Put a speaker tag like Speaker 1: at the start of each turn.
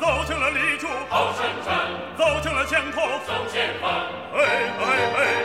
Speaker 1: 立柱，
Speaker 2: 好山川，
Speaker 1: 走向了前头。
Speaker 2: 走前方，
Speaker 1: 哎哎哎！